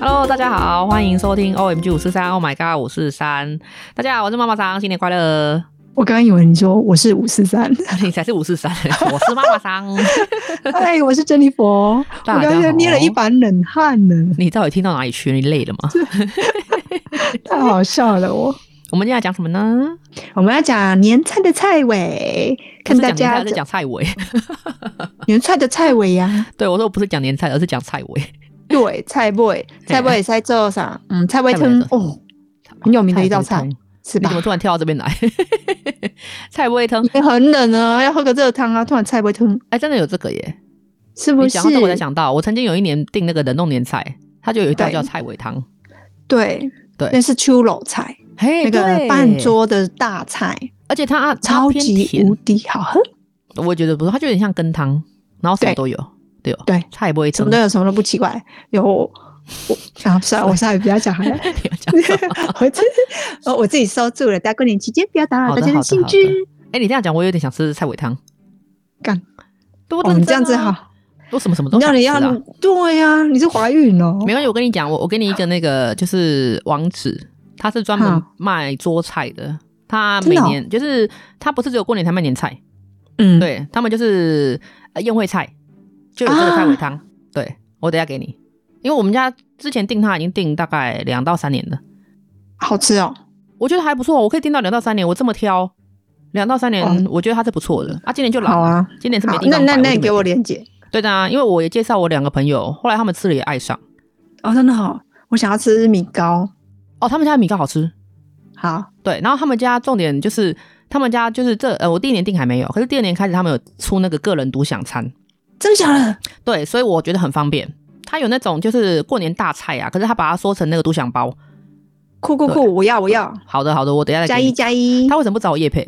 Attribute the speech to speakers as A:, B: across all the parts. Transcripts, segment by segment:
A: Hello，大家好，欢迎收听 OMG 五四三，Oh my god 五四三。大家好，我是妈妈桑，新年快乐！
B: 我刚刚以为你说我是五四三，
A: 你才是五四三， 我是妈妈 桑。
B: 哎，我是珍妮佛，我
A: 大
B: 刚
A: 家好
B: 刚捏了一把冷汗呢，
A: 你到底听到哪里去？你累了吗？
B: 太好笑了我。
A: 我们今天要讲什么呢？
B: 我们要讲年菜的菜尾，看
A: 不是
B: 大
A: 讲年菜，
B: 家
A: 而是讲菜尾。
B: 年菜的菜尾呀、
A: 对，我说我不是讲年菜，而是讲菜尾。
B: 对，菜尾，菜尾菜做啥？嗯，菜尾
A: 菜尾
B: 汤哦，很有名的一道
A: 菜
B: 菜
A: 尾汤
B: 是
A: 你
B: 吧
A: 怎么？突然跳到这边来？ 菜尾汤，
B: 也很冷啊，要喝个热汤啊，突然菜尾汤
A: 哎，真的有这个耶！
B: 是不
A: 你
B: 是
A: 讲到？这，我才想到，我曾经有一年订那个冷冻年菜，它就有一道
B: 对
A: 叫菜尾汤。
B: 对
A: 对
B: 那是秋老菜，
A: 嘿，
B: 那个
A: 对
B: 半，桌的大菜，
A: 而且它啊它
B: 超
A: 偏
B: 级
A: 甜
B: 无敌好喝，
A: 我觉得不是，它就有点像羹汤，然后什么
B: 对
A: 都有，对哦，
B: 对
A: 它也不会
B: 什
A: 撑
B: 么都。有，什么都不奇怪。有我啊，算了，我稍微不要讲好
A: 你
B: 了。
A: 要讲什么
B: 我真是哦我我自己收住了，大家过年期间不要打扰
A: 好的
B: 大家
A: 好的
B: 兴
A: 好
B: 致。
A: 哎，你这样讲，我有点想吃菜尾汤。
B: 干，
A: 对，我
B: 我
A: 认真
B: 们哦这样子
A: 啊，
B: 好，
A: 我什么什么都
B: 你到
A: 想
B: 底
A: 吃
B: 要
A: 啊。
B: 对呀、你是怀孕哦，
A: 没关系，我跟你讲，我我给你一个那个就是网址，它是专门
B: 好
A: 卖桌菜的。它
B: 真
A: 每
B: 的哦
A: 年就是它不是只有过年才卖年菜，
B: 嗯，
A: 对他们就是呃宴会菜，就有这个
B: 啊
A: 菜尾汤。对我等一下给你，因为我们家之前订它已经订大概两到三年了。
B: 好吃哦，
A: 我觉得还不错，我可以订到两到三年，我这么挑，两到三年，
B: 哦
A: 我觉得它是不错的。啊，今年就老
B: 好
A: 了，
B: 啊，
A: 今年是没
B: 好，
A: 订
B: 那
A: 到
B: 那
A: 100
B: 那你给我
A: 就没订
B: 连接
A: 对的啊，因为我也介绍我两个朋友，后来他们吃了也爱上。
B: 哦，真的好、我想要吃米糕，
A: 哦，他们家的米糕好吃，
B: 好，
A: 对，然后他们家重点就是他们家就是这呃，我第一年订还没有，可是第二年开始他们有出那个个人独享餐，
B: 真的假的？
A: 对，所以我觉得很方便。他有那种就是过年大菜啊，可是他把它说成那个独享包。
B: 酷酷酷，我要我要，
A: 好的，好的，我等一下再
B: 加
A: 给
B: 一
A: 你。
B: 加一
A: 他，为什么不找我叶配？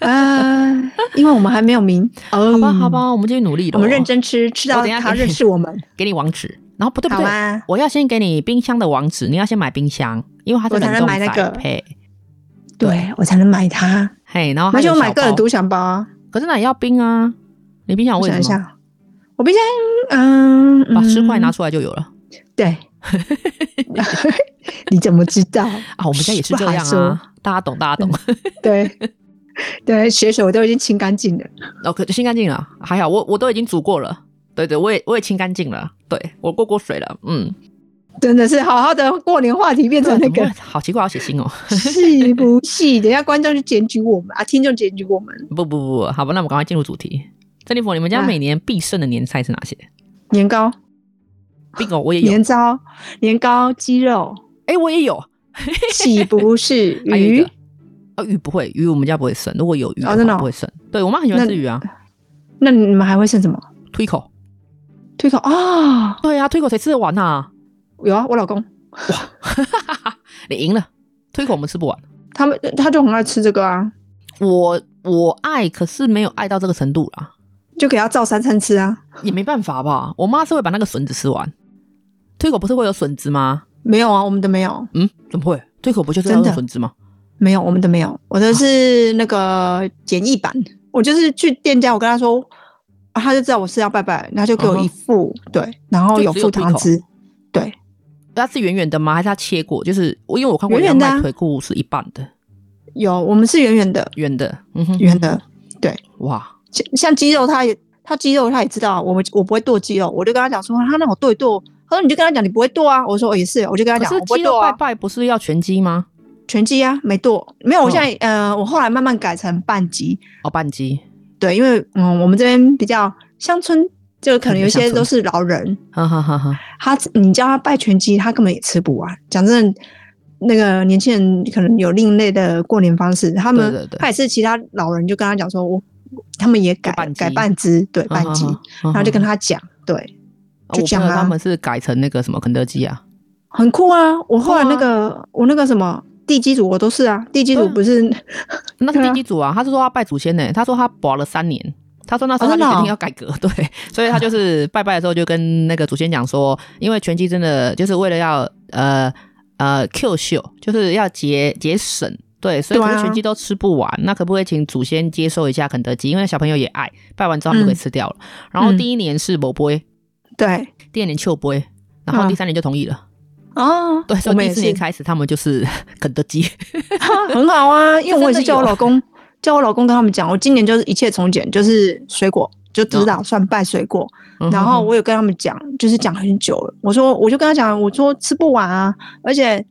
B: 啊，因为我们还没有名，
A: 好
B: 好
A: 吧，好，吧，我们继续努力了。
B: 嗯我们认真吃，吃
A: 我
B: 到
A: 等一下
B: 他
A: 给你
B: 认识我们，
A: 给你网址，然后 不对不
B: 好
A: 对，
B: 啊。
A: 我要先给你冰箱的网址，你要先买冰箱，因为它是
B: 我才
A: 冷
B: 能
A: 冻
B: 买那
A: 宅
B: 个
A: 配。
B: 对我才能买它。
A: 嘿，然后哦还
B: 而且
A: 有
B: 我买
A: 小
B: 个人
A: 包
B: 独享包啊，
A: 可是那也要冰啊，你冰箱
B: 我
A: 为
B: 想一
A: 什么？
B: 下，我冰箱嗯，
A: 把
B: 嗯
A: 吃块拿出来就有了
B: 对。 你怎么知道？
A: 啊！我们家也是这样
B: 实话
A: 啊，大家懂，大家
B: 嗯
A: 懂。
B: 对对，血水我都已经清干净了。
A: 哦，可清干净了，还好我我都已经煮过了，对对，我也我也清干净了，对我过过水了，嗯，
B: 真的是好好的过年话题变成 那
A: 怎么
B: 个
A: 会好奇怪，好血腥哦！
B: 是不是？等一下观众就检举我们啊，听众检举我们。
A: 不不不，不好吧，那我们赶快进入主题。珍妮佛，你们家
B: 啊
A: 每年必胜的年菜是哪些
B: 年糕、
A: 哎？bingo，我也有，
B: 年糕、年糕、鸡 肉，
A: 哎，我也有，
B: 岂不是
A: 还有一
B: 鱼
A: 个？，啊，鱼不会，鱼我们家不会剩。如果有鱼的话，
B: 哦真的哦
A: 不会剩。对我妈很喜欢吃鱼啊，
B: 那你们还会剩什么？
A: 推口。
B: 推口啊、
A: 对啊，推口谁吃得完呐、
B: 有啊，我老公
A: 啊？你赢了，推口我们吃不完。
B: 他们他就很爱吃这个啊，
A: 我我爱，可是没有爱到这个程度啦，
B: 就给他照三餐吃啊。
A: 也没办法吧。我妈是会把那个笋子吃完，推口不是会有笋子吗？
B: 没有啊，我们的没有，
A: 嗯，怎么会？推口不就是要
B: 真的
A: 用笋子吗？
B: 没有，我们的没有，我的是那个简易版。我就是去店家，我跟他说，啊、他就知道我是要拜拜，他就给我一副，对，然后有副汤汁，对，
A: 它是圆圆的吗？还是它切过？就是我因为我看过
B: 圆
A: 人
B: 圆的
A: 家
B: 啊
A: 卖腿骨是一半的，
B: 有我们是圆圆的，
A: 圆的。嗯哼，
B: 圆的。
A: 哇，
B: 像像鸡肉，他也他鸡肉他也知道，我们我不会剁鸡肉，我就跟他讲说，他那我剁一剁，他说你就跟他讲你不会剁啊，我说、哦也是，我就跟他
A: 可
B: 讲
A: 是
B: 我不
A: 鸡
B: 会
A: 肉
B: 剁
A: 拜
B: 啊，
A: 拜不是要全鸡吗？
B: 全鸡啊，没剁，没有，我
A: 嗯
B: 现在、呃，我后来慢慢改成半鸡，
A: 哦，半鸡。
B: 对，因为嗯，我们这边比较乡村，就可能有一
A: 嗯乡
B: 些
A: 村
B: 都是老人，
A: 哈哈哈哈。
B: 他你叫他拜全鸡，他根本也吃不完。讲真的，那个年轻人可能有另类的过年方式，他们
A: 对对对
B: 他也是其他老人就跟他讲说，我他们也改
A: 半鸡嗯
B: 改半只，对，半只，
A: 然
B: 然后就跟他讲，对，就讲啊
A: 他们是改成那个什么肯德基啊，
B: 很酷啊！我后来
A: 酷啊
B: 那个我那个什么地基组我都是啊，地基
A: 对
B: 组
A: 啊
B: 不是
A: 那是
B: 对
A: 第
B: 啊
A: 几组啊？他是说他拜祖先呢、他说他保了三年。他说那时候
B: 哦
A: 他
B: 真
A: 就
B: 的哦
A: 决定要改革，对，所以他就是拜拜的时候就跟那个祖先讲 说，因为拳击真的就是为了要呃呃 Q 秀，就是要节节省，对，所以
B: 对
A: 可
B: 啊
A: 是拳击都吃不完，那可不可以请祖先接受一下肯德基？因为小朋友也爱，拜完之后他们就可以吃掉
B: 嗯
A: 了。然后第一年是某杯，
B: 对
A: 第二年秋杯，然后
B: 嗯
A: 第三年就同意了，
B: 啊，
A: 哦对，从
B: 我们
A: 第
B: 也
A: 四
B: 是
A: 年开始，他们就是 肯德基。
B: 很 好啊，因为我也
A: 真的
B: 是叫我
A: 有
B: 老公，叫我老公跟他们讲，我今年就是一切从简，就是水果，就只
A: 嗯
B: 打算拜水果。然后我有跟他们讲，就是讲很久了，我说我就跟他讲，我说吃不完啊，而且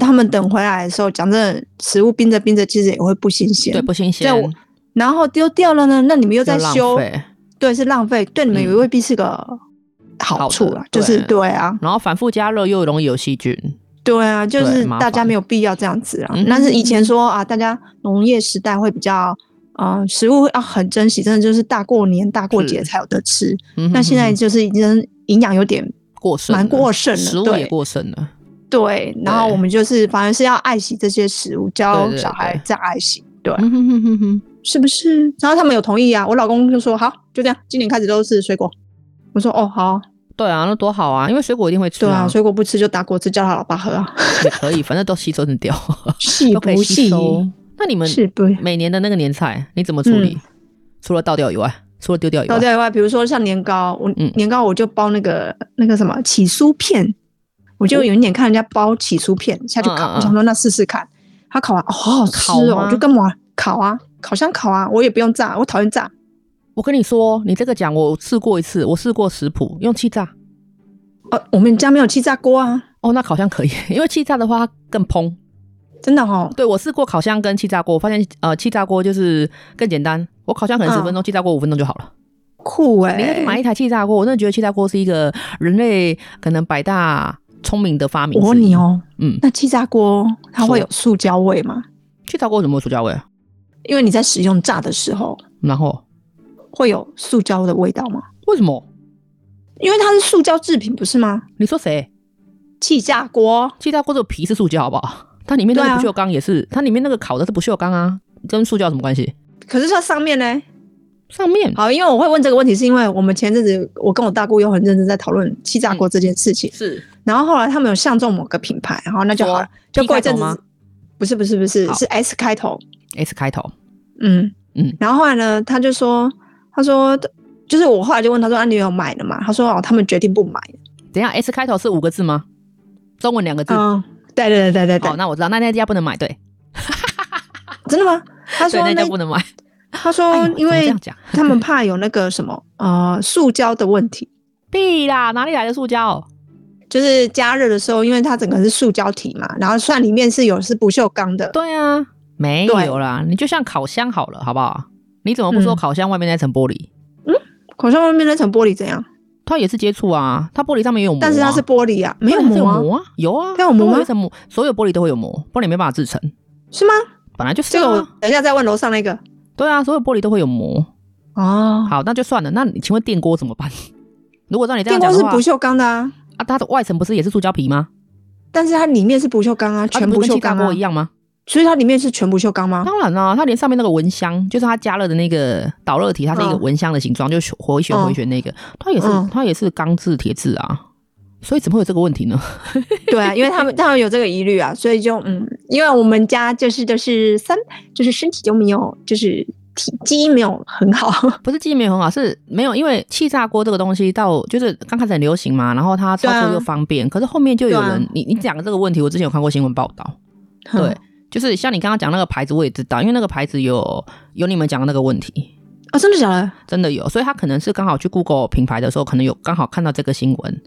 B: 他们等回来的时候，讲真的，食物冰着冰着其实也会不新鲜
A: 对，不新鲜
B: 在，我然后丢掉了呢，那你们又
A: 又
B: 在
A: 浪
B: 修，
A: 费
B: 对，是浪费，对你们也
A: 嗯
B: 未必是个好
A: 好
B: 处
A: 的
B: 啦，就是
A: 对
B: 对啊，
A: 然后反复加热又容易有细菌。
B: 对啊，就
A: 对
B: 是
A: 麻
B: 大家
A: 烦
B: 没有必要这样子啦
A: 嗯。
B: 但是以前说啊，大家农业时代会比较，嗯、食物要很珍惜，真的就是大过年、大过节
A: 是
B: 才有得吃。
A: 嗯哼
B: 那现在
A: 哼
B: 就是已经营养有点
A: 过剩了，
B: 蛮过剩了，
A: 食物也
B: 对
A: 过剩了。
B: 对。然后我们就是反而是要爱惜这些食物，教
A: 对对
B: 小孩
A: 对
B: 再爱惜，对，
A: 嗯哼哼哼哼
B: 是不是？然后他们有同意啊，我老公就说好，就这样，今年开始都是水果。我说哦好，
A: 对啊，那多好啊！因为水果一定会吃
B: 对啊，水果不吃就打果汁，叫他老爸喝啊，
A: 也可以，反正都吸收得 掉，
B: 细
A: 都可以
B: 不
A: 吸
B: 细？
A: 收。那你们
B: 是不？
A: 每年的那个年菜你怎么处理？除了倒掉以外，除了丢掉以
B: 倒
A: 外，
B: 掉以外，比如说像年糕，我
A: 嗯
B: 年糕我就包那个那个什么起酥片，我就有一年看人家包起酥片下去
A: 哦嗯嗯
B: 烤，
A: 嗯
B: 我想说那试试看，他烤完哦，好好吃
A: 烤啊
B: 哦，
A: 吗
B: 我就跟我烤啊，烤箱烤啊，我也不用炸，我讨厌炸，
A: 我跟你说，你这个讲我试过一次，我试过食谱用气炸。
B: 哦，我们家没有气炸锅啊，
A: 哦，那烤箱可以， 因为气炸的话它更蓬。
B: 真的哦，
A: 对我试过烤箱跟气炸锅，我发现呃气炸锅就是更简单，我烤
B: 嗯
A: 箱可能十分钟，气炸锅五分钟就好了。
B: 酷
A: 你应该
B: 哎
A: 去、买一台气炸锅，我真的觉得气炸锅是一个人类可能百大聪明的发明。
B: 我问你，哦，
A: 嗯，
B: 那气炸锅它会
A: 说
B: 有塑胶味吗？
A: 气炸锅怎么有塑胶味？
B: 因为你在使用炸的时候
A: 然后
B: 会有塑胶的味道吗？
A: 为什么？
B: 因为它是塑胶制品，不是吗？
A: 你说谁？
B: 气炸锅
A: 气炸锅这个皮是塑胶，好不好？它里面那
B: 对
A: 个
B: 啊
A: 不锈钢也是，它里面那个烤的是不锈钢啊，跟塑胶有什么关系？
B: 可是它上面呢？
A: 上面
B: 好，因为我会问这个问题，是因为我们前阵子我跟我大姑又很认真在讨论气炸
A: 嗯
B: 锅这件事情，
A: 是
B: 然后后来他们有相中某个品牌，然后那就好了
A: 说。
B: 就
A: P
B: 过
A: 开
B: 一阵
A: 头
B: 子
A: 吗，
B: 不是不是不是
A: 好
B: 是 S 开头，
A: S 开头，
B: 嗯
A: 嗯
B: 然后后来呢，他就说，他说就是我后来就问他说，啊你有买了吗？他说哦，他们决定不买。
A: 等一下 S 开头是五个字吗？中文两个字。
B: 嗯，对对对对对
A: 好，
B: 对，
A: 那我知道，那那家不能买，对，
B: 真的吗？他
A: 对，
B: 说
A: 那
B: 那
A: 家不能买。
B: 他
A: 哎呦
B: 说因
A: 怎么这
B: 为
A: 样 讲，
B: 他们怕有那个什么呃塑胶的问题，
A: 屁啦，哪里来的塑胶？
B: 就是加热的时候，因为它整个是塑胶体嘛，然后虽然里面是有是不锈钢的，
A: 对啊，没
B: 对
A: 有啦，你就像烤箱好了，好不好？你怎么不说
B: 嗯
A: 烤箱外面那层玻璃？
B: 口罩外面那层玻璃怎样？
A: 它也是接触啊，它玻璃上面也有膜啊、
B: 但是它是玻璃啊，没有
A: 对它是
B: 膜啊，
A: 膜啊，有啊，
B: 它有膜吗
A: 都会一层膜，所有玻璃都会有膜，玻璃没办法制成，
B: 是吗？
A: 本来就是、
B: 这
A: 啊。
B: 个我等一下再问楼上那个。
A: 对啊，所有玻璃都会有膜。
B: 哦，
A: 好，那就算了。那你请问电锅怎么办？ 如果让你这样
B: 电锅
A: 讲
B: 是
A: 的话
B: 不，锈钢的啊，
A: 啊，它的外层不是也是塑胶皮吗？
B: 但是它里面是不锈钢啊，
A: 啊
B: 全
A: 不
B: 不
A: 是跟
B: 锈
A: 气炸
B: 钢
A: 锅
B: 啊
A: 一，样吗？
B: 所以它里面是全不锈钢吗？
A: 啊 当然啦、它连上面那个蚊香，就是它加热的那个导热体，它是一个
B: 嗯
A: 蚊香的形状，就是回旋
B: 嗯
A: 回旋那个，它也是、
B: 嗯
A: 它也是钢制铁制啊，所以怎么会有这个问题呢？
B: 对啊，因为他们他们有这个疑虑啊，所以就嗯，因为我们家就是就是三就是身体就没有就是体基因没有很好，
A: 不是记忆没有很好，是没有，因为气炸锅这个东西到就是刚开始很流行嘛，然后它操
B: 对
A: 作
B: 啊
A: 又方便，可是后面就有人，
B: 对啊
A: 你你讲的这个问题，我之前有看过新闻报道，对，就是像你刚刚讲那个牌子，我也知道，因为那个牌子有有你们讲的那个问题，
B: 哦，真的假的？
A: 真的有，所以他可能是刚好去 Google 品牌的时候，可能有刚好看到这个新闻。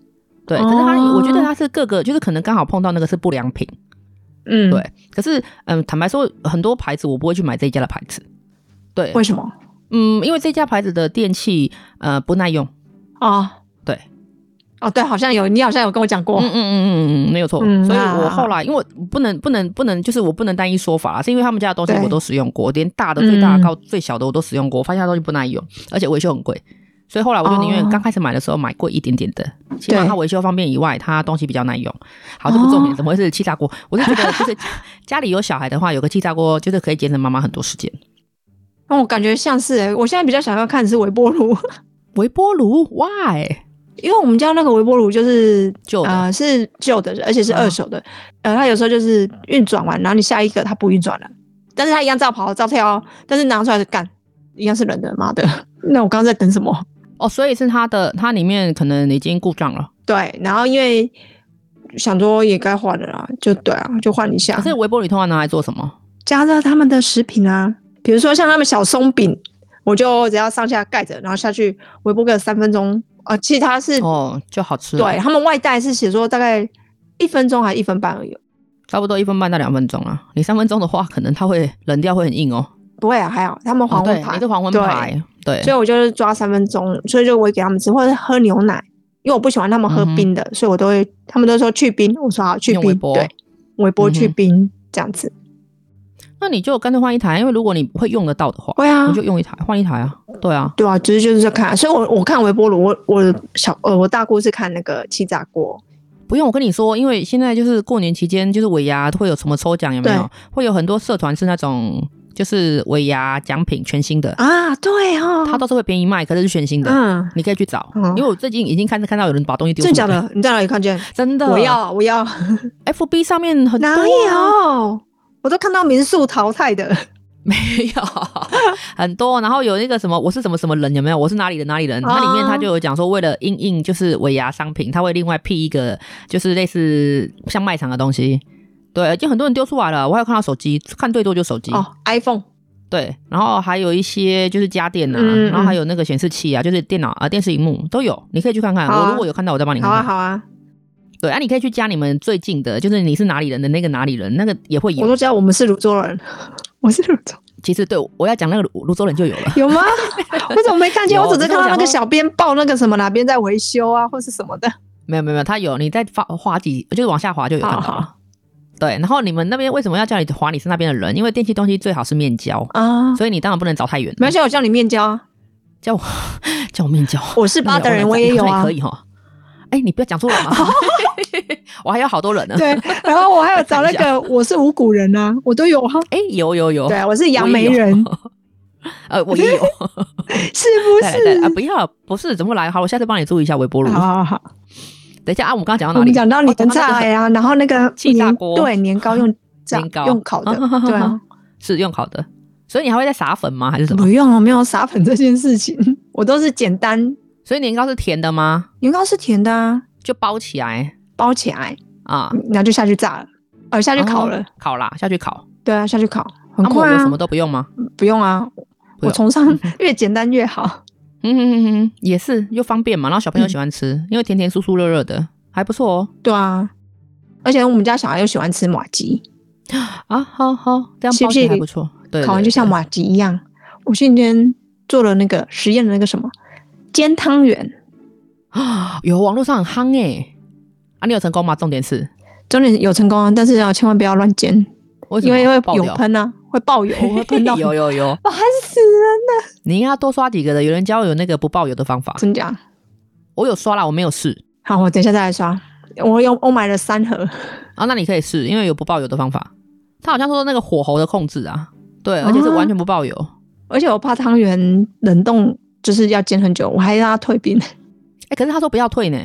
A: 对，可是他，
B: 哦
A: 我觉得他是各个，就是可能刚好碰到那个是不良品，
B: 嗯，
A: 对，。可是，嗯，坦白说，很多牌子我不会去买这一家的牌子，对，
B: 为什么？
A: 嗯，因为这家牌子的电器，呃，不耐用，
B: 哦，
A: 对，
B: 哦对，好像有你好像有跟我讲过，
A: 嗯嗯嗯嗯嗯，没有错。
B: 嗯
A: 所以
B: 那
A: 我后来，因为我不能不能不能，就是我不能单一说法啦，是因为他们家的东西
B: 对
A: 我都使用过，连大的、最大
B: 嗯
A: 的、到最小的我都使用过，我发现它东西不耐用，而且维修很贵。所以后来我就宁愿
B: 哦
A: 刚开始买的时候买贵一点点的，起码
B: 对哦
A: 它维修方便以外，它东西比较耐用。好，这不重点，怎么会是气炸锅？我是觉得就是家家里有小孩的话，有个气炸锅就是可以节省妈妈很多时间。
B: 那我感觉像是哎、我现在比较想要看的是微波炉，
A: 微波炉，why？
B: 因为我们家那个微波炉就是
A: 旧的
B: 呃是旧的，嗯而且是
A: 啊
B: 二手的，呃，它有时候就是运转完，然后你下一个它不运转了，但是它一样照跑照跳哦，但是拿出来就干，一样是冷的，妈的， 那我刚刚在等什么？
A: 哦，所以是它的，它里面可能已经故障了。
B: 对，然后因为想说也该换了啦，就对啊，就换一下
A: 可，是微波炉通常拿来做什么？
B: 加热他们的食品啊，比如说像他们小松饼，我就只要上下盖着，然后下去微波个三分钟，呃，其实它是、
A: 哦，就好吃了，
B: 对他们外带是写说大概一分钟还一分半而已，
A: 差不多一分半到两分钟啊。你三分钟的话，可能它会冷掉，会很硬哦。
B: 不会啊，还好他们黄
A: 哦
B: 昏
A: 对
B: 牌，
A: 你是黄昏牌，对，
B: 所以我就是抓三分钟，所以就我会给他们吃，或者喝牛奶，因为我不喜欢他们喝冰的，所以我都会，他们都说去冰，我说好
A: 嗯
B: 去
A: 用微
B: 冰，
A: 波
B: 对，微波
A: 嗯
B: 去
A: 哼
B: 冰、这样子，
A: 那你就干脆换一台，因为如果你会用得到的话，
B: 会啊
A: 你，就用一台，换一台啊。对啊，
B: 对啊，只是就是在看，所以我我看微波炉，我我小呃我大姑是看那个气炸锅，
A: 不用我跟你说，因为现在就是过年期间，就是尾牙会有什么抽奖有没有
B: 对？
A: 会有很多社团是那种就是尾牙奖品全新的，
B: 啊，对哦，
A: 它都是会便宜卖，可是是全新的，
B: 嗯，
A: 你可以去找。
B: 嗯
A: 因为我最近已经看看到有人把东西丢出
B: 真
A: 来，
B: 的假的？你在哪里看见？
A: 真的，啊
B: 我要我要，
A: F B 上面很多、
B: 哪
A: 啊、
B: 有？我都看到民宿淘汰的，
A: 没有很多，然后有那个什么，我是什么什么人有没有？我是哪里人哪里人？它里面
B: 哦
A: 它就有讲说，为了应应就是尾牙商品，它会另外辟一个就是类似像卖场的东西。对，已经很多人丢出来了，我还有看到手机，看最多就手机。
B: 哦，iPhone，
A: 对，然后还有一些就是家电啊，
B: 嗯嗯
A: 然后还有那个显示器啊，就是电脑啊、电视荧幕都有，你可以去看看。
B: 好啊
A: 我如果有看到，我再帮你看
B: 好
A: 看。
B: 啊好啊，
A: 对啊，你可以去加你们最近的，就是你是哪里人的那个哪里人，那个也会
B: 我
A: 有。
B: 都知道我们是泸 州人，我是泸州。
A: 其实对我要讲那个泸泸州人就有了。
B: 有 吗？我怎么没看见？
A: 有啊
B: 我只是看到那
A: 我就
B: 个
A: 想
B: 小编报那个什么哪边在维修啊，或是什么的。
A: 没有没有没有，它有，你再发滑几，就是往下滑就有看到了。
B: 好好
A: 对，然后你们那边为什么要叫你滑你是那边的人？因为电器东西最好是面交，
B: 啊，
A: 所以你当然不能找太远。
B: 没关系，我叫你面交啊，
A: 叫 我叫我面交，
B: 我是八的人，我也有
A: 那
B: 啊哦
A: 可。以哈。哎，你不要讲错了嘛，哎 我还有好多人呢。
B: 对，然后我还有找那
A: 看
B: 个我是五谷人啊，我都有啊。
A: 哎，有有有，
B: 对，我是杨梅人，
A: 呃，我 也有。
B: 是不
A: 对对啊，
B: 是？
A: 不要，不是怎么来？好，我下次帮你注意一下微波炉。
B: 好嗯好好，
A: 等一下啊，我们刚刚讲到
B: 我
A: 哪
B: 们
A: 里？
B: 讲到
A: 哦
B: 年
A: 讲那个
B: 菜啊，然后那个
A: 气炸
B: 年
A: 锅
B: 对，年糕用炸
A: 年糕，
B: 用烤的 对啊，
A: 是用烤的，所以你还会再撒粉吗？还是什么
B: 不？用啊了，没有撒粉这件事情， 我都是简单，
A: 所以年糕是甜的吗？
B: 年糕是甜的啊，
A: 就包起来
B: 包起来，
A: 啊，
B: 然后就下去炸了，呃，嗯下去烤了
A: 哦。，烤啦，下去烤。
B: 对啊，下去烤，很
A: 那抹
B: 快
A: 油
B: 啊，
A: 什么都不用吗？
B: 不用啊，
A: 不
B: 我
A: 用
B: 崇尚 越简单越好。
A: 嗯哼哼哼，也是又方便嘛，然后小朋友喜欢吃，因为甜甜酥酥热热的，还不错哦。
B: 对啊，而且我们家小孩又喜欢吃马吉，
A: 啊，好好，这样
B: 是
A: 包
B: 不
A: 起来
B: 是
A: 还不错。对，
B: 烤完就像
A: 我
B: 马吉一样。我今天做了那个实验的那个什么煎汤圆，
A: 啊， 有网络上很夯哎。啊，你有成功吗？重点是，
B: 真的有成功啊，但是要千万不要乱煎，
A: 为什
B: 因
A: 么
B: 为会
A: 爆
B: 有
A: 掉？
B: 喷啊，会爆油， 会喷到
A: 有有有，
B: 烦 死啊了，
A: 你应该要多刷几个的。有人教我有那个不爆油的 方法，
B: 真假？
A: 我有刷啦，我没有试。
B: 好，我等一下再来刷。我有我买了三盒，
A: 啊，那你可以试，因为有不爆油的方法。他好像说那个火候的控制啊，对，而且是完全不爆油。
B: 而且我怕汤圆冷冻就是要煎很久，我还让它退冰。
A: 哎、可是他说不要退呢，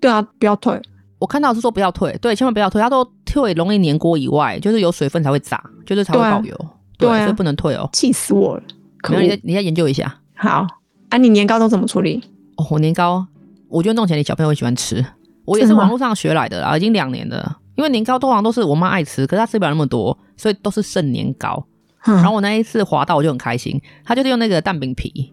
B: 对啊，不要退，
A: 我看到是说不要退，对，千万不要退，它都退容易粘锅以外，就是有水分才会炸，就是才会
B: 对啊
A: 爆油，
B: 对啊
A: 所以不能退哦。
B: 气死我了！可
A: 没有，你
B: 恶
A: 再！你再研究一下。
B: 好啊，你年糕都怎么处理？
A: 哦，我年糕，我觉得弄起来小朋友会喜欢吃，我也是
B: 真的吗
A: 网络上学来的啦，已经两年了。因为年糕通常都是我妈爱吃，可是她吃不了那么多，所以都是剩年糕。然
B: 然
A: 后我那一次滑到我就很开心，她就是用那个蛋饼皮，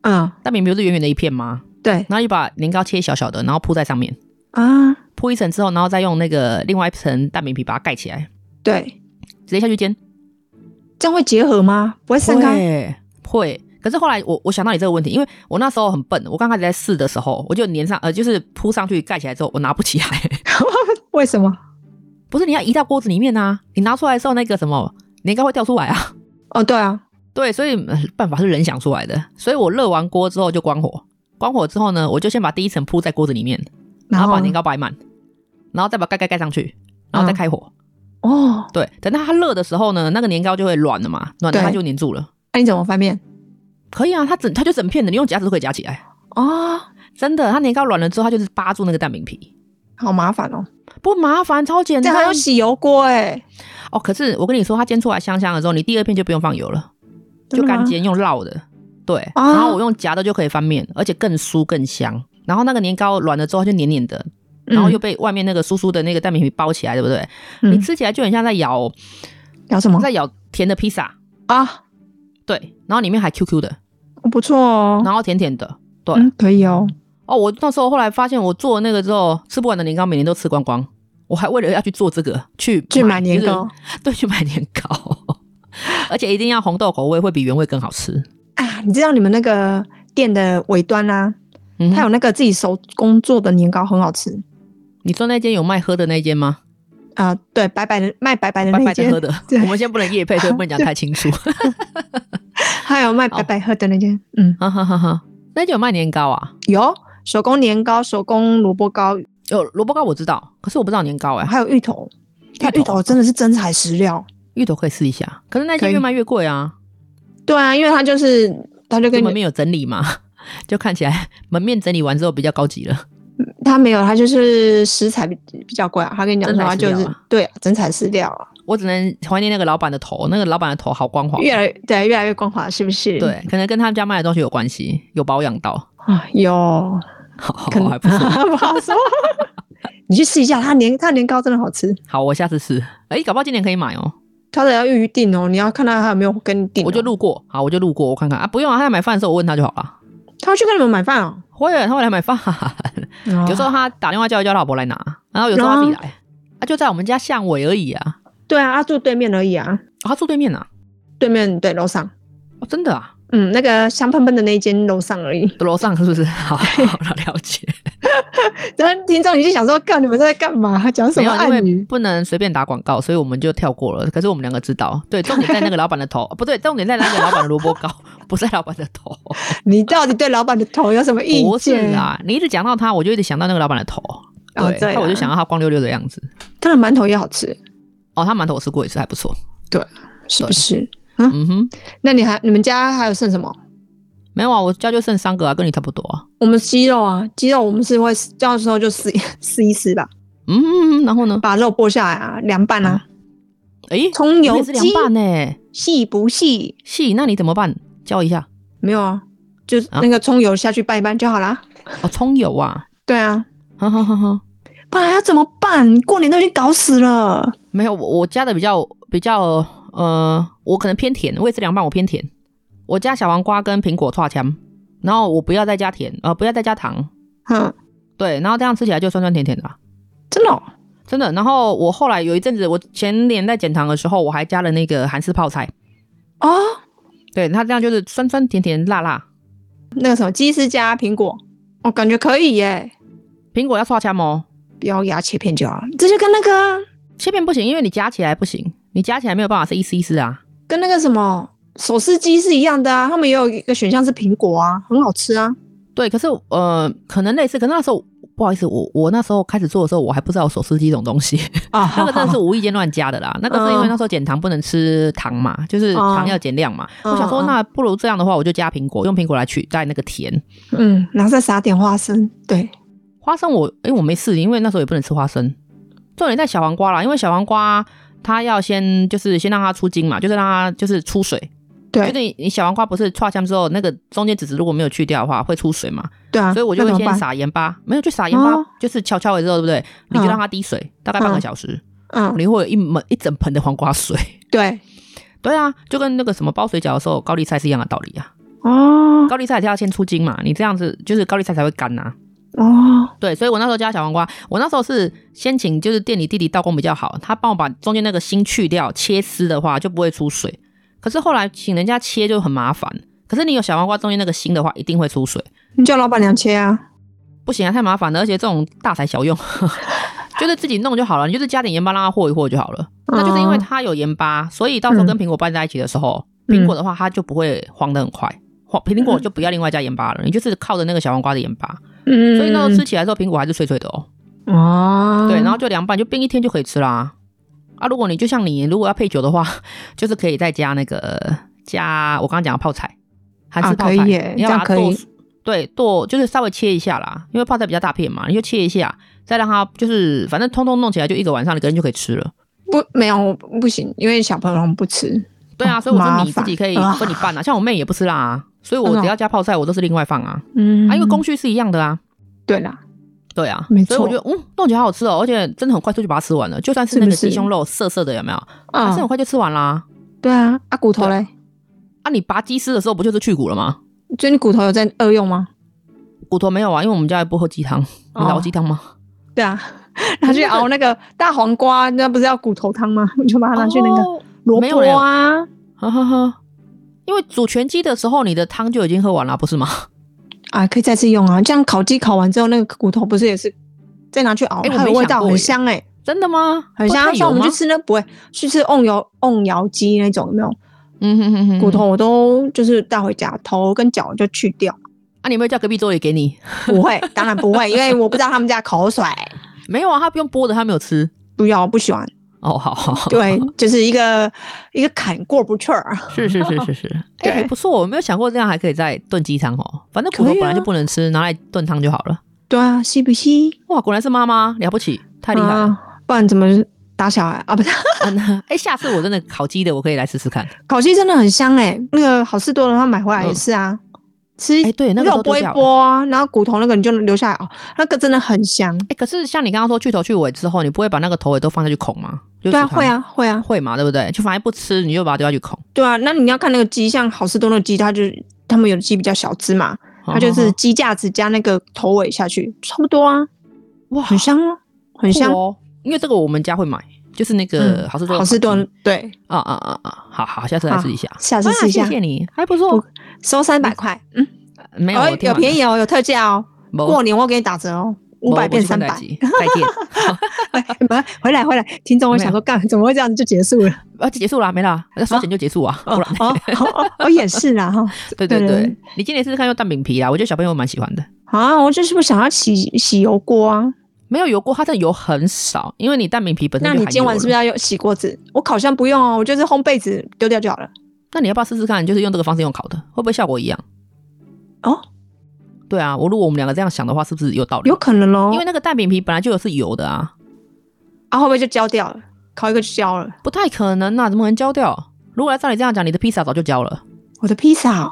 B: 嗯，
A: 蛋饼皮不是圆圆的一片吗？
B: 对
A: 然后就把年糕切小小的，然后铺在上面，
B: 啊，
A: 铺一层之后，然后再用那个另外一层蛋饼皮把它盖起来，
B: 对，
A: 直接下去煎。
B: 这样会结合吗？不会散开？
A: 会。会可是后来我我想到你这个问题，因为我那时候很笨，我刚开始在试的时候，我就粘上，呃，就是铺上去盖起来之后，我拿不起来。
B: 为什么？
A: 不是你要移到锅子里面啊，你拿出来的时候那个什么年糕会掉出来啊。
B: 哦，对啊，
A: 对，所以、呃办法是人想出来的。所以我热完锅之后就关火，关火之后呢，我就先把第一层铺在锅子里面，然后把年糕摆满，然后再把盖盖盖上去，然后再
B: 嗯
A: 开火。
B: 哦，
A: 对，等到它热的时候呢，那个年糕就会软了嘛，软了它
B: 对
A: 就粘住了。
B: 那你怎么翻面？
A: 可以啊，它整它就整片的，你用夹子都可以夹起来。
B: 哦，
A: 真的，它年糕软了之后，它就是扒住那个蛋饼皮，
B: 好麻烦哦，
A: 不麻烦，超简
B: 这样还
A: 单
B: 要洗油锅哎，
A: 哦。可是我跟你说，它煎出来香香的之后，你第二片就不用放油了，
B: 真
A: 就
B: 的吗
A: 干煎用烙的，对。
B: 啊
A: 然后我用夹的就可以翻面，而且更酥更香。然后那个年糕软了之后它就黏黏的，然后又被外面那个酥酥的那个蛋饼皮包起来，对不对？
B: 嗯哦
A: 你吃起来就很像在咬
B: 聊什么
A: 在咬甜的披萨，
B: 啊？
A: 对，然后里面还 QQ 的，
B: 不错哦，
A: 然后甜甜的，对。
B: 嗯，可以哦。
A: 哦，我那时候后来发现，我做那个之后吃不完的年糕，每年都吃光光。我还为了要去做这个，去
B: 去买年糕，
A: 就是对，去买年糕， 而且一定要红豆口味，会比原味更好吃。
B: 啊，你知道你们那个店的尾端啊，
A: 嗯，
B: 它有那个自己手工做的年糕，很好吃
A: 你说那间有卖喝的那间吗？
B: 啊、对，白白的卖白白的
A: 白
B: 那
A: 白的
B: 间，
A: 喝的，
B: 对
A: 我们先不能夜配，所以不能讲太清楚。
B: 还有卖白白喝的那间，嗯，
A: 哈哈哈哈，那间有卖年糕啊？
B: 有手工年糕、手工萝卜糕，
A: 有萝卜糕我知道，可是我不知道年糕哎、
B: 还有芋头。
A: 芋头
B: 芋头真的是真材实料，
A: 芋头可以试一下，可是那
B: 可
A: 间
B: 以
A: 越卖越贵啊，
B: 对啊，因为它就是它就跟
A: 根
B: 你
A: 本没有整理嘛， 就看起来门面整理完之后比较高级了。
B: 它没有，它就是食材比比较贵啊。他跟你讲
A: 真材
B: 说，它
A: 实料啊
B: 就是对啊，真材实料啊，
A: 我只能怀念那个老板的头，那个老板的头好光滑，
B: 越来对越来越光滑，是不是？
A: 对，可能跟他们家卖的东西有关系，有保养到，
B: 啊，有
A: 好，好
B: 可能
A: 还不错。
B: 不好说。你去试一下，它年它年糕真的好吃，
A: 好，我下次试。哎、搞不好今年可以买哦。
B: 它的要预定哦，你要看到它有没有跟你订哦、
A: 我就路过，好，我就路过，我看看啊，不用啊，他在买饭的时候我问他就好了。
B: 他会去跟你们买饭哦。
A: 会，他会来买饭， 有时候
B: 哦
A: 他打电话叫一叫老婆来拿，然后有时候他自己来，啊，就在我们家巷尾而已啊。
B: 对啊，他住对面而已啊，
A: 哦他住对面啊，
B: 对面对楼上，
A: 哦，真的啊，
B: 嗯，那个香喷喷的那一间楼上而已。
A: 楼上是不是？ 好，好了解。
B: 然后听众你就想说，干你们在干嘛？讲什
A: 没
B: 么
A: 有，因
B: 暗
A: 为
B: 语？
A: 不能随便打广告，所以我们就跳过了。可是我们两个知道，对，重点在那个老板的头， 哦不对，重点在那个老板的萝卜糕， 不是在老板的头。
B: 你到底对老板的头有什么意
A: 不是
B: 见？
A: 啊，你一直讲到他，我就一直想到那个老板的头。
B: 哦
A: 对，
B: 对啊
A: 那我就想到他光溜溜的样子。
B: 他的馒头也好吃，
A: 哦，他馒头我吃过一次，还不错。
B: 是不是？
A: 嗯哼，
B: 那你还你们家还有剩什么？
A: 没有啊，我家就剩三个啊，跟你差不多啊。
B: 我们鸡肉啊，鸡肉我们是会到时候就撕 撕一撕吧，
A: 嗯，然后呢？
B: 把肉剥下来啊，凉拌啊，
A: 诶，
B: 葱油
A: 也嗯是凉
B: 鸡
A: 拌呢、
B: 细不细？
A: 细，那你怎么办？教一下。
B: 没有啊，就
A: 啊
B: 那个葱油下去拌一拌就好啦。
A: 哦，葱油啊，
B: 对啊，
A: 哈哈哈哈。
B: 不然要怎么办？过年都已经搞死了。
A: 没有，我我家的比较比较呃，我可能偏甜，我也是凉拌，我偏甜。我加小黄瓜跟苹果串枪，然后我不要再加甜，呃，不要再加糖，
B: 嗯，
A: 对，然后这样吃起来就酸酸甜甜的啊、
B: 真的哦、
A: 真的。然后我后来有一阵子，我前年在减糖的时候，我还加了那个韩式泡菜，
B: 哦，
A: 对，它这样就是酸酸甜甜辣辣。
B: 那个什么鸡丝加苹果，我、感觉可以耶，
A: 苹果要刷枪哦，
B: 不要给它切片就好了。这就跟那个啊
A: 切片不行，因为你夹起来不行，你夹起来没有办法是一丝一丝啊。
B: 跟那个什么手撕鸡是一样的啊，他们也有一个选项是苹果啊，很好吃啊。
A: 对，可是呃，可能类似，可是那时候不好意思，我我那时候开始做的时候，我还不知道手撕鸡这种东西，
B: 啊，
A: 那个真的是无意间乱加的啦。那个
B: 嗯
A: 是因为那时候减糖不能吃糖嘛，就是糖要减量嘛。
B: 嗯
A: 我想说，
B: 嗯嗯
A: 那不如这样的话，我就加苹果，用苹果来取代那个甜。
B: 嗯，然后再撒点花生，对，
A: 花生我诶、我没试，因为那时候也不能吃花生。重点在小黄瓜啦，因为小黄瓜它要先就是先让它出筋嘛，就是让它就是出水。
B: 对
A: 就是你你小黄瓜不是串香之后，那个中间籽子如果没有去掉的话，会出水嘛。
B: 对啊，
A: 所以我就
B: 那
A: 会
B: 怎么
A: 先
B: 办，
A: 撒盐巴，没有就撒盐巴
B: 哦，
A: 就是敲敲了之后，对不对？你就
B: 嗯
A: 让它滴水，大概半个
B: 嗯
A: 小时，
B: 嗯，
A: 你会有一门一整盆的黄瓜水。
B: 对，
A: 对啊，就跟那个什么包水饺的时候高丽菜是一样的道理啊。
B: 哦
A: 高丽菜也是要先出筋嘛，你这样子就是高丽菜才会干啊呐、
B: 哦，
A: 对，所以我那时候加小黄瓜，我那时候是先请就是店里弟弟刀工比较好，他帮我把中间那个心去掉，切丝的话就不会出水。可是后来请人家切就很麻烦，可是你有小黄瓜中间那个心的话，一定会出水，
B: 你叫老板娘切啊，
A: 不行啊，太麻烦了，而且这种大材小用， 就是自己弄就好了，你就是加点盐巴让它和一和就好了。那就是因为
B: 嗯
A: 它有盐巴，所以到时候跟苹果拌在一起的时候，
B: 嗯
A: 苹果的话它就不会黄的很快。黄苹果就不要另外加盐巴了，你就是靠着那个小黄瓜的盐巴，
B: 嗯，
A: 所以那时候吃起来之后苹果还是脆脆的哦。
B: 哦，
A: 对，然后就凉拌，就冰一天就可以吃啦。啊，如果你就像你如果要配酒的话， 就是可以再加那个加我刚刚讲的泡菜，韩式
B: 啊
A: 泡
B: 可以
A: 菜，
B: 耶
A: 你要把它
B: 这样可
A: 剁
B: 以
A: 碎，对，剁就是稍微切一下啦，因为泡菜比较大片嘛，你就切一下，再让它就是反正通通弄起来就一个晚上，你个人就可以吃了。
B: 不没有我不行，因为小朋友他们不吃，
A: 对啊，
B: 哦
A: 所以我说
B: 麻
A: 你自己可以
B: 烦啊
A: 分你拌啊，像我妹也不吃辣啊，所以我
B: 真的哦
A: 只要加泡菜，我都是另外放啊，
B: 嗯
A: 啊，因为工序是一样的啊，
B: 对啦，
A: 对啊
B: 没，
A: 所以我觉得嗯，冻起来好好吃哦，而且真的很快速就把它吃完了。就算是那个
B: 是不是
A: 鸡胸肉涩涩的，有没有？它
B: 啊
A: 是很快就吃完啦。
B: 对啊，啊骨头嘞，
A: 啊，你拔鸡丝的时候不就是去骨了吗？
B: 就你骨头有在恶用吗？
A: 骨头没有啊，因为我们家也不喝鸡汤，你
B: 哦
A: 熬鸡汤吗？
B: 对啊，拿去熬那个大黄瓜，那不是要骨头汤吗？ 你就把它拿去那个
A: 哦
B: 萝
A: 没有
B: 卜
A: 嘞
B: 啊，
A: 呵呵呵，因为煮全鸡的时候，你的汤就已经喝完了，不是吗？
B: 啊可以再次用啊。这样烤鸡烤完之后，那个骨头不是也是再拿去熬，
A: 哎我
B: 它有
A: 没
B: 味
A: 想
B: 道，
A: 过
B: 很
A: 耶
B: 香哎、
A: 真的吗？
B: 很
A: 会太
B: 香。像我
A: 油
B: 们
A: 吗
B: 去？吃那不会去吃瓮窑瓮窑鸡那种有没有？
A: 嗯哼哼哼，
B: 骨头我都就是带回家，头跟脚就去掉，
A: 啊，你有没有叫隔壁桌也给你？
B: 不会，当然不会，因为我不知道他们家口水，
A: 没有啊，他不用剥的，他没有吃。
B: 不要不喜欢。
A: 哦，好好 好，
B: 对，就是一个一个坎过不去儿。
A: 是是是是是， 哎、
B: 对
A: 还不错，我没有想过这样还可以再炖鸡汤哦。反正骨头
B: 可以啊
A: 本来就不能吃，拿来炖汤就好了。
B: 对啊，吸不吸？
A: 哇，果然是妈妈了不起，太厉害了！
B: 啊，不然怎么打小孩啊？不是，
A: 嗯 哎、下次我真的烤鸡的，我可以来试试看。
B: 烤鸡真的很香哎、那个好事多的他买回来也是啊，吃
A: 哎对那个
B: 肉
A: 都
B: 剥一
A: 丢掉
B: 剥啊，然后骨头那个你就留下来哦，那个真的很香。
A: 哎、可是像你刚刚说去头去尾之后，你不会把那个头尾都放下去孔吗？对
B: 对啊，会，啊，会啊，
A: 会嘛，对不对？就反正不吃，你就把它丢下去孔。
B: 对啊。那你要看那个鸡，像好事多的鸡，它就是他们有的鸡比较小只嘛，
A: 嗯
B: 它就是鸡架子加那个头尾下去，差不多啊，
A: 哇，
B: 很香啊，很香
A: 酷。哦。因为这个我们家会买，就是那个
B: 嗯
A: 好事多的
B: 好事多
A: 烤鸡
B: 对，
A: 啊啊啊啊！好好，下次来试一下。
B: 下
A: 啊
B: 次试一下
A: 谢，谢你，还不错
B: 不。收三百块，嗯，
A: 没有，
B: 哦
A: 我听
B: 有
A: 完了
B: 便宜哦，有特价哦，
A: 没
B: 过年我给你打折哦，五
A: 没
B: 百变
A: 我去
B: 三
A: 看
B: 百
A: 待。机再见。
B: 不，回来回来，听众会想说，干怎么会这样子就 结束了？
A: 啊，就结束啦，没啦，那刷钱就结束啊，
B: 哦
A: 不然。
B: 哦哦，我也是啦哈。
A: 对对对
B: 对，
A: 你今年试试看用蛋饼皮啦，我觉得小朋友蛮喜欢的。
B: 啊，我就是不想要洗洗油锅啊。
A: 没有油锅，它这油很少，因为你蛋饼皮本身
B: 那
A: 就
B: 你
A: 含
B: 今晚
A: 油
B: 是不是
A: 了
B: 要用洗锅子？我烤箱不用哦，我就是烘焙纸丢掉就好了。
A: 那你要不要试试看？就是用这个方式用烤的，会不会效果一样？
B: 哦，
A: 对啊，我如果我们两个这样想的话，是不是有道理？
B: 有可能哦，
A: 因为那个蛋饼皮本来就有是油的啊，
B: 啊会不会就焦掉了？烤一个就焦了。
A: 不太可能呐、啊，怎么可能焦掉？如果照你这样讲，你的披萨早就焦了，
B: 我的披萨哦，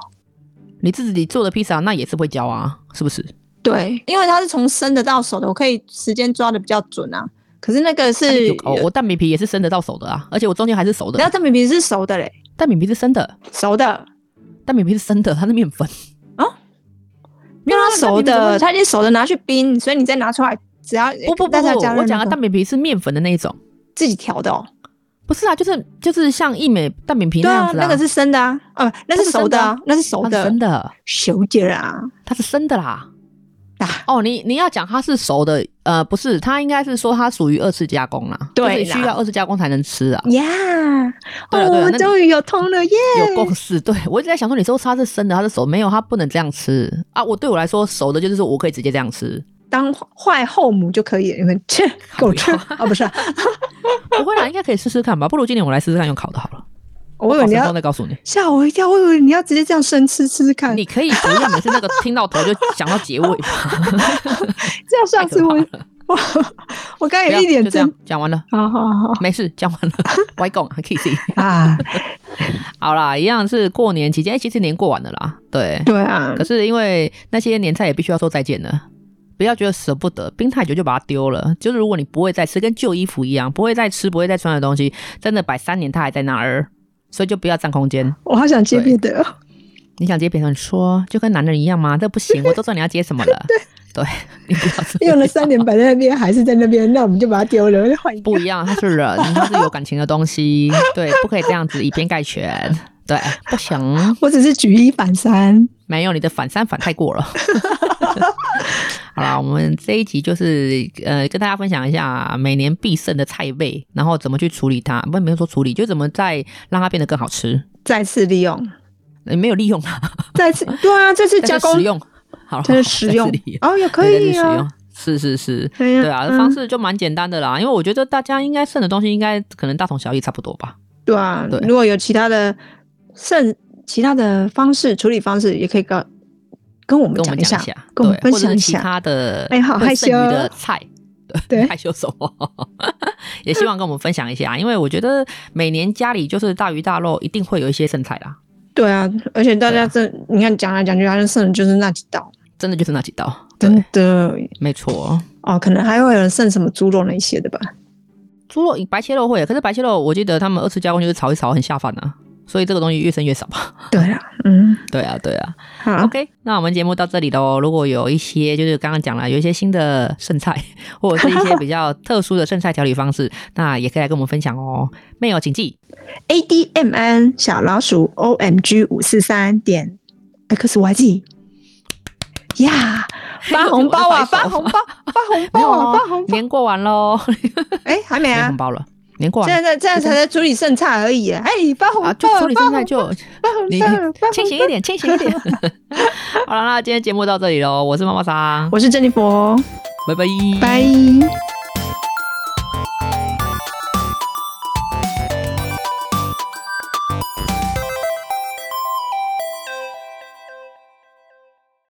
A: 你自己做的披萨那也是会焦啊，是不是？
B: 对，因为它是从生的到熟的，我可以时间抓的比较准啊。可是那个是
A: 有哦，我蛋饼皮也是生的到手的啊，而且我中间还是熟
B: 然
A: 的
B: 后，这明明是熟的嘞，
A: 蛋饼皮是生的，
B: 熟的，
A: 蛋饼皮是生的，它是面 粉。
B: 没有它熟
A: 那你怎么
B: 的，它已经熟的拿去冰，所以你再拿出来，只要
A: 不不不
B: 但是要
A: 不
B: 加，热
A: 我讲
B: 那
A: 的
B: 个
A: 蛋饼皮是面粉的那一种，
B: 自己调的哦。
A: 不是啊，就是就是像一美蛋饼皮
B: 对
A: 那
B: 啊
A: 样，子
B: 那个是生的啊，呃，那
A: 那
B: 是
A: 是
B: 熟的啊
A: 生的啊，
B: 那是熟
A: 它是
B: 的
A: 生，的，
B: 熟的啊，
A: 它是生的啦。
B: 啊
A: 哦，你你要讲它是熟的，呃，不是，它应该是说它属于二次加工啦，
B: 对啦
A: 就是需要二次加工才能吃啊。
B: 呀，哦，
A: 对啊对啊
B: 我
A: 那
B: 们终于有通了耶！
A: 有共识，对我一直在想说，你说它是生的，它是熟，没有，它不能这样吃啊。我对我来说，熟的就是说我可以直接这样吃，
B: 当坏后母就可以了，你们切狗吃啊，不是 啊，
A: 不 会啦，应该可以试试看吧。不如今年我来试试看用烤的好了，
B: 我以为
A: 烤
B: 你
A: 成功
B: 要
A: 再告诉你。
B: 吓我一跳，我以为你要直接这样生吃吃吃看，
A: 你可以不要每次那个听到头就想到结 尾吧，
B: 这样上次我
A: 太可
B: 我我刚
A: 不
B: 才
A: 要
B: 一脸
A: 就这样
B: 真，
A: 讲完了，
B: 好好好
A: 没事，讲完了， 外公还可以自己。
B: 啊，
A: 好啦，一样是过年期间，哎其实年过完了啦，对。
B: 对啊
A: 可，是因为那些年菜也必须要说再见了，不要觉得舍不得，冰太久就把它丢了。就是如果你不会再吃，跟旧衣服一样，不会再吃、不会再穿的东西，真的摆三年它还在那儿，所以就不要占空间。
B: 我好想接
A: 对
B: 别的哦，
A: 你想接别人说，就跟男人一样吗？这不行，我都知道你要接什么了。对，你不要这样
B: 用了三年摆在那边，还是在那边，那我们就把它丢了，换一个
A: 不。一样，他是人，他是有感情的东西，对，不可以这样子以偏概全，对，不行。
B: 我只是举一反三，
A: 没有，你的反三反太过了。 好啦，我们这一集就是呃，跟大家分享一下每年必胜的菜味，然后怎么去处理它，不，没有说处理，就怎么再让它变得更好吃。
B: 再次利用，
A: 呃没有利用 啊，
B: 再次对啊，这次
A: 但
B: 加
A: 是
B: 工
A: 实用， 好了，
B: 这是实用
A: 再次利用
B: 哦，也可
A: 对但
B: 以
A: 是实
B: 啊
A: 用，，是是是，
B: 对呀
A: 对啊，
B: 嗯
A: 方式就蛮简单的啦，因为我觉得大家应该剩的东西应该可能大同小异，差不多吧。
B: 对啊
A: 对。
B: 如果有其他的剩其他的方式处理方式，也可以跟跟我们
A: 跟我
B: 讲
A: 们
B: 一
A: 讲
B: 下
A: 一下，，
B: 跟我们
A: 对，
B: 分
A: 或者
B: 享
A: 是
B: 一
A: 其
B: 下。
A: 他的
B: 哎好
A: 会
B: 害
A: 剩余
B: 羞
A: 的菜，
B: 对
A: 害羞什么？ 也希望跟我们分享一下，因为我觉得每年家里就是大鱼大肉，一定会有一些剩菜啦，
B: 对啊，而且大
A: 对
B: 家
A: 啊
B: 这你看讲来讲去，好像剩的就是那几道，
A: 真的就是那几道，对
B: 真，的
A: 没错。
B: 哦，可能还会有人剩什么猪肉那些的吧？
A: 猪肉白切肉会，可是白切肉我记得他们二次加工就是炒一炒很下饭啊，所以这个东西越剩越少 吧。
B: 对啊，嗯，
A: 对啊，对啊。
B: 好，
A: OK，那我们节目到这里喽。如果有一些就是刚刚讲了，有一些新的剩菜， 或者是一些比较特殊的剩菜调理方式，那也可以来跟我们分享哦。妹友请记
B: A D M N 小老鼠 O M G 五四三点 X Y Z 呀，发红包 啊，发红包，发红
A: 没有
B: 包啊，
A: 哦
B: 发红包！
A: 年过完喽，
B: 哎、还 没
A: 年
B: 啊
A: 红，包了，年过完
B: 现在这样才在处理剩菜而已耶。哎、发红
A: 啊，就
B: 包，
A: 处理
B: 发
A: 剩
B: 红
A: 菜就
B: 发红
A: 你
B: 包，发红
A: 清醒一点，清醒一点。 好了，那今天节目到这里喽，我是妈妈桑，
B: 我是珍妮佛，
A: 拜拜，
B: 哦拜。